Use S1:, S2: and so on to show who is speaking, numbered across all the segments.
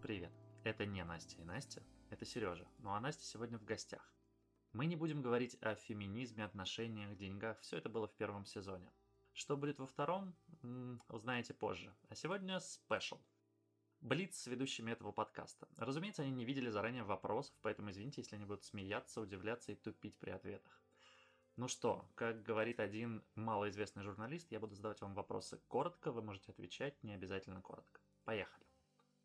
S1: Привет. Это не Настя и Настя, это Сережа. Ну а Настя сегодня в гостях. Мы не будем говорить о феминизме, отношениях, деньгах. Все это было в первом сезоне. Что будет во втором, м, узнаете позже. А сегодня спешл. Блиц с ведущими этого подкаста. Разумеется, они не видели заранее вопросов, поэтому извините, если они будут смеяться, удивляться и тупить при ответах. Ну что, как говорит один малоизвестный журналист, я буду задавать вам вопросы коротко, вы можете отвечать не обязательно коротко. Поехали.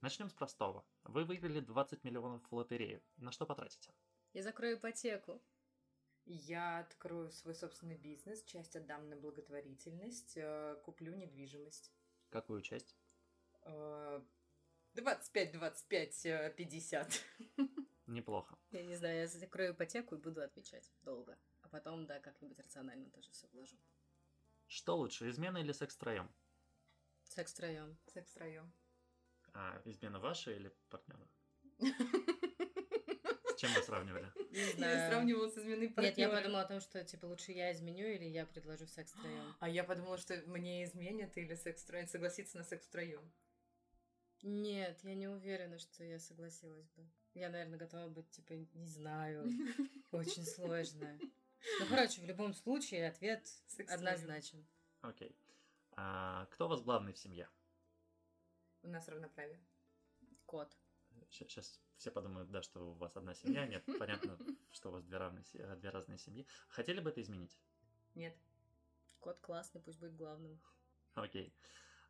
S1: Начнем с простого. Вы выиграли 20 миллионов в лотерею. На что потратите?
S2: Я закрою ипотеку.
S3: Я открою свой собственный бизнес, часть отдам на благотворительность, э, куплю недвижимость.
S1: Какую часть?
S3: Э, 25, 25, э, 50.
S1: Неплохо.
S2: Я не знаю, я закрою ипотеку и буду отвечать долго. А потом, да, как-нибудь рационально тоже все вложу.
S1: Что лучше, измена или секс втроем?
S2: Секс втроем.
S3: Секс втроем.
S1: А, измена ваша или партнера? С чем вы сравнивали?
S2: Не
S3: Я
S2: знаю.
S3: сравнивала с изменой
S2: Нет, я
S3: партнёра.
S2: подумала о том, что типа лучше я изменю или я предложу секс втроем.
S3: А я подумала, что мне изменят или секс втроем, согласиться на секс втроем.
S2: Нет, я не уверена, что я согласилась бы. Я, наверное, готова быть, типа, не знаю, очень сложно. Ну, короче, в любом случае ответ
S3: Секс
S2: однозначен.
S1: Окей. А, кто у вас главный в семье?
S3: У нас равноправие.
S2: Кот.
S1: Сейчас все подумают, да, что у вас одна семья. Нет, понятно, что у вас две, равные, се- э, две разные семьи. Хотели бы это изменить?
S3: Нет.
S2: Кот классный, пусть будет главным.
S1: Окей.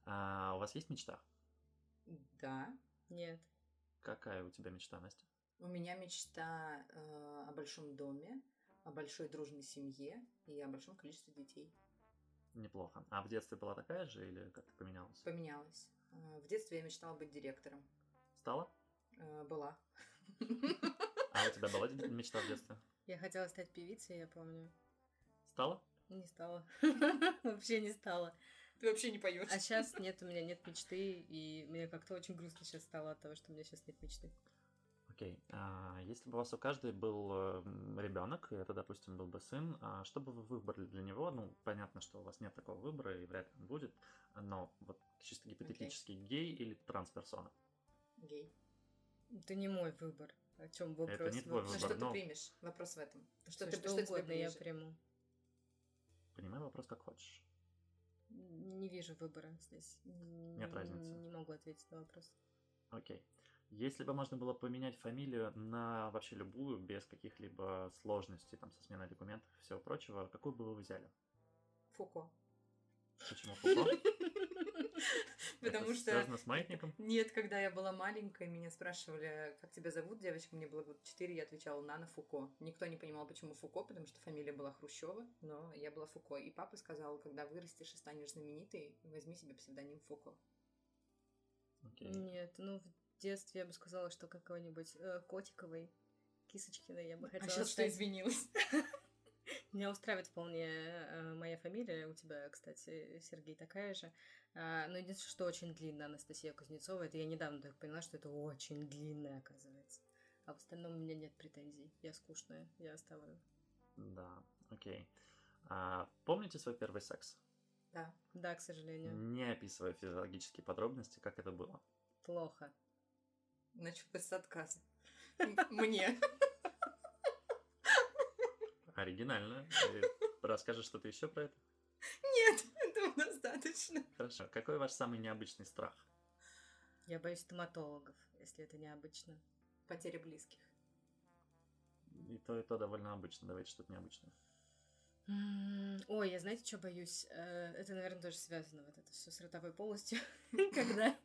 S1: А, у вас есть мечта?
S3: Да.
S2: Нет.
S1: Какая у тебя мечта, Настя?
S3: У меня мечта э, о большом доме, о большой дружной семье и о большом количестве детей.
S1: Неплохо. А в детстве была такая же или как-то поменялась?
S3: Поменялось. Э, В детстве я мечтала быть директором.
S1: Стала?
S3: Э, Была.
S1: А у тебя была де- мечта в детстве?
S2: Я хотела стать певицей, я помню.
S1: Стала?
S2: Не стала. Вообще не стала.
S3: Ты вообще не поешь.
S2: А сейчас нет, у меня нет мечты, и мне как-то очень грустно сейчас стало от того, что у меня сейчас нет мечты.
S1: Окей. А, если бы у вас у каждой был эм, ребенок, и это, допустим, был бы сын, а что бы вы выбрали для него? Ну, понятно, что у вас нет такого выбора, и вряд ли он будет, но вот чисто гипотетически гей или трансперсона?
S3: Гей.
S2: Это не мой выбор. О чем вопрос?
S1: Это не твой
S2: вообще?
S3: Ну
S1: выбор,
S3: что ты
S1: но-
S3: примешь? Вопрос в этом.
S2: Что,
S3: Что
S2: что
S3: ты что тебе
S2: угодно я
S3: ближе?
S2: приму.
S1: Понимай вопрос как хочешь.
S2: Не вижу выбора здесь.
S1: Нет
S2: Нет
S1: разницы.
S2: Не могу ответить на вопрос.
S1: Окей. Если бы можно было поменять фамилию на вообще любую, без каких-либо сложностей, там, со сменой документов и всего прочего, какую бы вы взяли?
S3: Фуко.
S1: Почему Фуко?
S3: Потому
S1: Это
S3: что...
S1: Связано с маятником?
S3: Нет, когда я была маленькая, меня спрашивали, как тебя зовут, девочка, мне было года 4, я отвечала Нана Фуко. Никто не понимал, почему Фуко, потому что фамилия была Хрущева, но я была Фуко. И папа сказал, когда вырастешь и станешь знаменитой, возьми себе псевдоним Фуко.
S1: Окей.
S2: Нет, ну в детстве я бы сказала, что какой-нибудь э, котиковой, кисочкиной я бы хотела
S3: а сейчас что
S2: стать.
S3: изменилось?
S2: Меня устраивает вполне э, моя фамилия, у тебя, кстати, Сергей такая же. А, но единственное, что очень длинная Анастасия Кузнецова, это я недавно только поняла, что это очень длинная, оказывается. А в остальном у меня нет претензий. Я скучная, я оставлю.
S1: Да, окей. А, Помните свой первый секс?
S3: Да.
S2: Да, к сожалению.
S1: Не описывая физиологические подробности, как это было.
S2: Плохо.
S3: Началось с отказа. Мне.
S1: Оригинально. Ты Расскажешь что-то еще про это?
S3: Нет, этого достаточно.
S1: Хорошо. Какой ваш самый необычный страх?
S2: Я боюсь стоматологов, если это необычно.
S3: Потеря близких.
S1: И то, и то довольно обычно. Давайте что-то необычное.
S2: М, Ой, я знаете, что боюсь? Э, Это, наверное, тоже связано вот это все с ротовой полостью, когда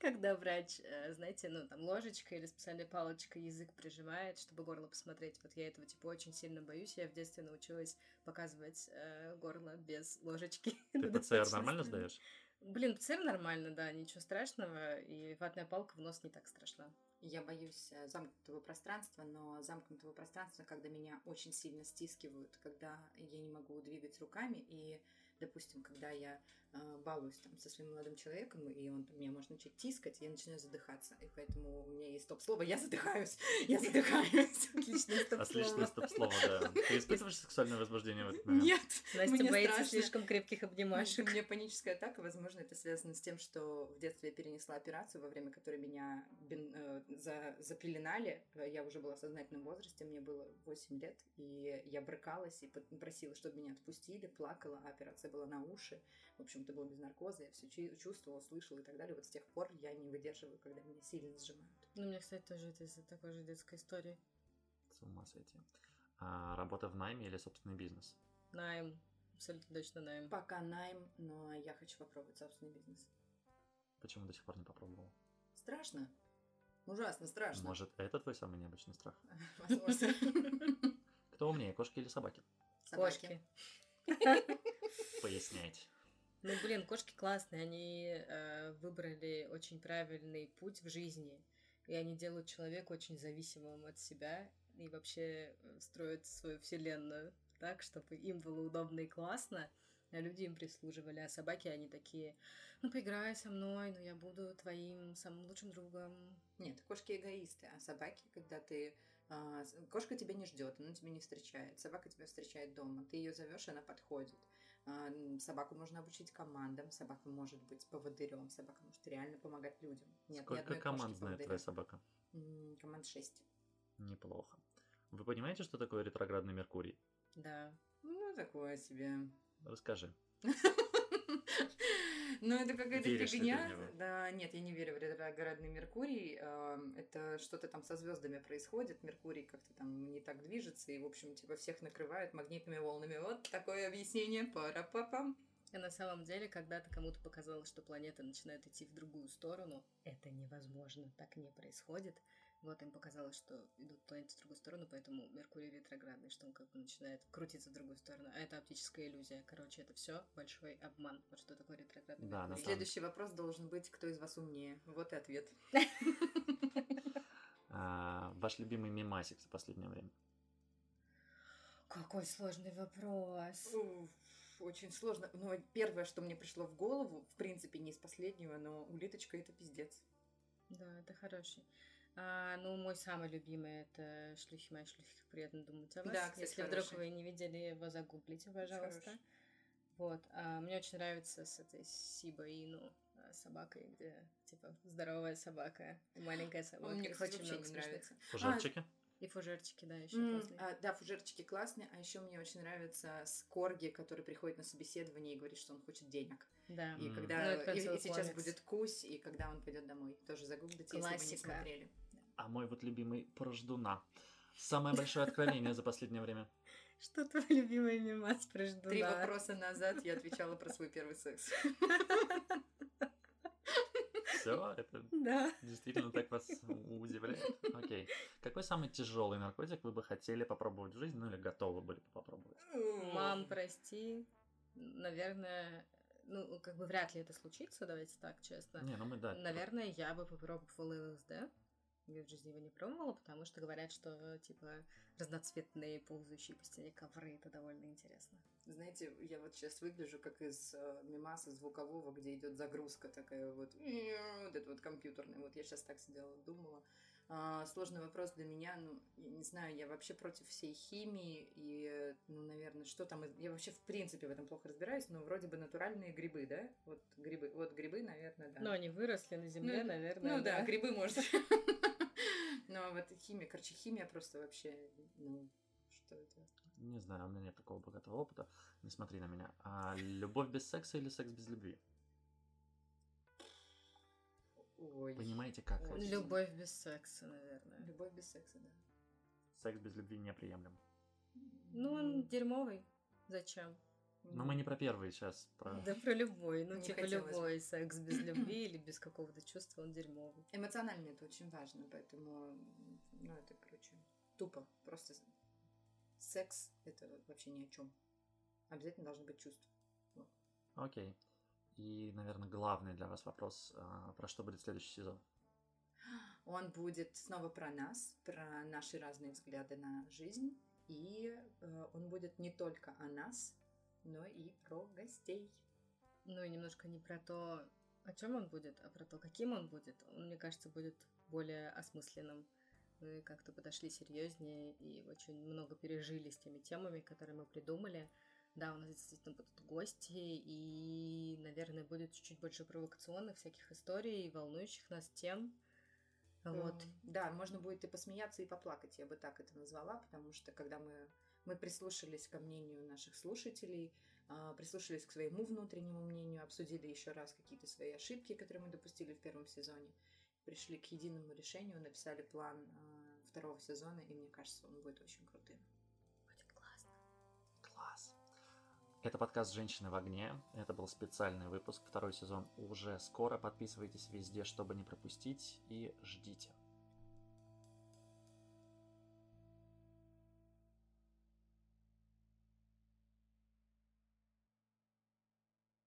S2: когда врач, э, знаете, ну, там, ложечкой или специальной палочкой язык прижимает, чтобы горло посмотреть. Вот я этого, типа, очень сильно боюсь. Я в детстве научилась показывать э, горло без ложечки.
S1: Ты
S2: Это
S1: ПЦР
S2: достаточно
S1: нормально
S2: странно.
S1: сдаешь?
S2: Блин, ПЦР нормально, да, ничего страшного. И ватная палка в нос не так страшна.
S3: Я боюсь э, замкнутого пространства, но замкнутого пространства, когда меня очень сильно стискивают, когда я не могу двигать руками, и допустим, когда я э, балуюсь там со своим молодым человеком, и он там меня может начать тискать, я начинаю задыхаться. И поэтому у меня есть стоп-слово «я задыхаюсь», «я задыхаюсь».
S2: Отличное стоп-слово.
S1: Отличное стоп-слово, да. Ты испытываешь сексуальное возбуждение в этот момент?
S3: Нет,
S2: Настя
S3: Мне
S2: боится
S3: страшно.
S2: слишком крепких
S3: Ну, У
S2: обнимашек.
S3: меня паническая атака, возможно, это связано с тем, что в детстве я перенесла операцию, во время которой меня бин- э, за- запеленали. Э, Я уже была в сознательном возрасте, мне было 8 лет, и я брыкалась и под- просила, чтобы меня отпустили, плакала, а операция была на уши. В общем, это было без наркоза, я все чувствовала, слышала и так далее. Вот с тех пор я не выдерживаю, когда меня сильно сжимают.
S2: Ну, у меня, кстати, тоже это из-за такой же детской истории.
S1: С ума сойти. А, работа в найме или собственный бизнес?
S2: Найм. Абсолютно точно найм.
S3: Пока найм, но я хочу попробовать собственный бизнес.
S1: Почему до сих пор не попробовал?
S3: Страшно. Ужасно страшно.
S1: Может, это твой самый необычный страх?
S3: Возможно.
S1: Кто умнее, кошки или собаки?
S3: Собаки.
S2: Кошки.
S1: Поясняйте.
S2: Ну, блин, кошки классные. Они э, выбрали очень правильный путь в жизни. И они делают человека очень зависимым от себя и вообще э, строят свою вселенную так, чтобы им было удобно и классно, а люди им прислуживали. А собаки, они такие, ну, поиграй со мной, но я буду твоим самым лучшим другом.
S3: Нет, кошки эгоисты, а собаки, когда ты а, с- кошка тебя не ждет, она тебя не встречает, собака тебя встречает дома, ты ее зовешь, она подходит. А, м, собаку можно обучить командам, собака может быть поводырем, собака может реально помогать людям. Нет, ни
S1: Сколько
S3: одной
S1: команд
S3: кошки
S1: знает
S3: поводыря.
S1: твоя собака?
S3: М, Команд шесть.
S1: Неплохо. Вы понимаете, что такое ретроградный Меркурий?
S2: Да.
S3: Ну, такое себе.
S1: Расскажи.
S3: Ну, это
S1: Веришь
S3: какая-то
S1: ли ты в
S3: фигня.
S1: него?
S3: Да, нет, я не верю в ретроградный Меркурий. Эм, Это что-то там со звездами происходит. Меркурий как-то там не так движется, и, в общем, типа всех накрывают магнитными волнами. Вот такое объяснение. пара папам
S2: И на самом деле, когда-то кому-то показалось, что планета начинает идти в другую сторону, это невозможно, так не происходит. Вот им показалось, что идут планеты в другую сторону, поэтому Меркурий ретроградный, что он как бы начинает крутиться в другую сторону. А это оптическая иллюзия. Короче, это все большой обман. Вот что такое ретроградный
S1: Да, А на
S2: Меркурий.
S1: самом-
S3: Следующий вопрос должен быть, кто из вас умнее? Вот и ответ.
S1: А, ваш любимый мимасик за последнее время?
S2: Какой сложный вопрос.
S3: Уф, Очень сложно. Но первое, что мне пришло в голову, в принципе, не из последнего, но улиточка это пиздец.
S2: Да, это хороший. А, ну, мой самый любимый это шлюхи мои шлюхи, как приятно думать о вас.
S3: Да, кстати,
S2: Если вдруг
S3: хороший.
S2: вы не видели его, загуглите, пожалуйста.
S3: Хороший.
S2: Вот. а, мне очень нравится с этой Сибаину собакой, где типа здоровая собака, и маленькая собака.
S3: Он мне,
S2: Их
S3: кстати,
S2: очень
S3: вообще
S2: много
S3: не
S2: смешных.
S3: нравится.
S1: Ужальчики?
S2: И фужерчики, да, еще
S3: М,
S2: классные.
S3: а, да, фужерчики классные, а еще мне очень нравится Скорги, который приходит на собеседование и говорит, что он хочет денег.
S2: Да.
S3: И
S1: М.
S3: когда
S2: Ну, это прям
S3: и- и
S2: целый
S3: сейчас
S2: комикс.
S3: будет Кусь, и когда он пойдет домой. Тоже загуглите, если вы не
S2: Классика.
S3: смотрели.
S1: А мой вот любимый Прождуна. Самое большое откровение за последнее время.
S2: Что твой любимый мимас про ждуна?
S3: Три вопроса назад я отвечала про свой первый секс.
S1: Все, это
S2: Да.
S1: действительно так вас удивляет. Окей. Какой самый тяжелый наркотик вы бы хотели попробовать в жизни, ну или готовы были бы попробовать?
S2: Мам, прости. Наверное, ну, как бы вряд ли это случится, давайте так, честно.
S1: Не, ну мы да.
S2: Наверное, я бы попробовала ЛСД. Я в жизни его не пробовала, потому что говорят, что, типа, разноцветные ползающие по стене ковры, это довольно интересно.
S3: Знаете, я вот сейчас выгляжу как из э, мимаса звукового, где идет загрузка такая вот, вот это вот компьютерная. Вот я сейчас так сидела, думала. А, сложный вопрос для меня, ну, я не знаю, я вообще против всей химии и, э, ну, наверное, что там, из- я вообще в принципе в этом плохо разбираюсь, но вроде бы натуральные грибы, да? Вот грибы, вот грибы, наверное, да.
S2: Но они выросли на земле,
S3: Ну,
S2: Ну, наверное.
S3: Ну да, грибы можно. Но вот химия, короче, химия просто вообще, ну, что это?
S1: Не знаю, у меня нет такого богатого опыта. Не смотри на меня. А, любовь без секса или секс без любви?
S3: Ой.
S1: Понимаете, как?
S3: Ой.
S1: это?
S2: Любовь без секса, наверное.
S3: Любовь без секса, да.
S1: Секс без любви неприемлем.
S2: Ну, он дерьмовый. Зачем?
S1: Но мы не про первый сейчас, про...
S2: Да про любой. Ну,
S3: Не
S2: типа,
S3: хотелось бы.
S2: любой секс без любви или без какого-то чувства, он дерьмовый.
S3: Эмоционально это очень важно, поэтому, м, ну, это, короче, тупо. Просто с- секс — это вообще ни о чем. Обязательно должно быть чувство.
S1: Окей. И, наверное, главный для вас вопрос, а, про что будет следующий сезон?
S3: Он будет снова про нас, про наши разные взгляды на жизнь, и э, он будет не только о нас, но и про гостей.
S2: Ну и немножко не про то, о чем он будет, а про то, каким он будет. Он, мне кажется, будет более осмысленным. Мы как-то подошли серьезнее и очень много пережили с теми темами, которые мы придумали. Да, у нас действительно будут гости, и, наверное, будет чуть-чуть больше провокационных всяких историй, волнующих нас тем. Вот.
S3: Эм, Да, можно будет и посмеяться, и поплакать, я бы так это назвала, потому что когда мы, мы прислушались ко мнению наших слушателей, а, прислушались к своему внутреннему мнению, обсудили еще раз какие-то свои ошибки, которые мы допустили в первом сезоне, пришли к единому решению, написали план а, второго сезона, и мне кажется, он будет очень крутым.
S2: Будет классно.
S1: Класс. Это подкаст «Женщины в огне». Это был специальный выпуск. Второй сезон уже скоро. Подписывайтесь везде, чтобы не пропустить. И ждите.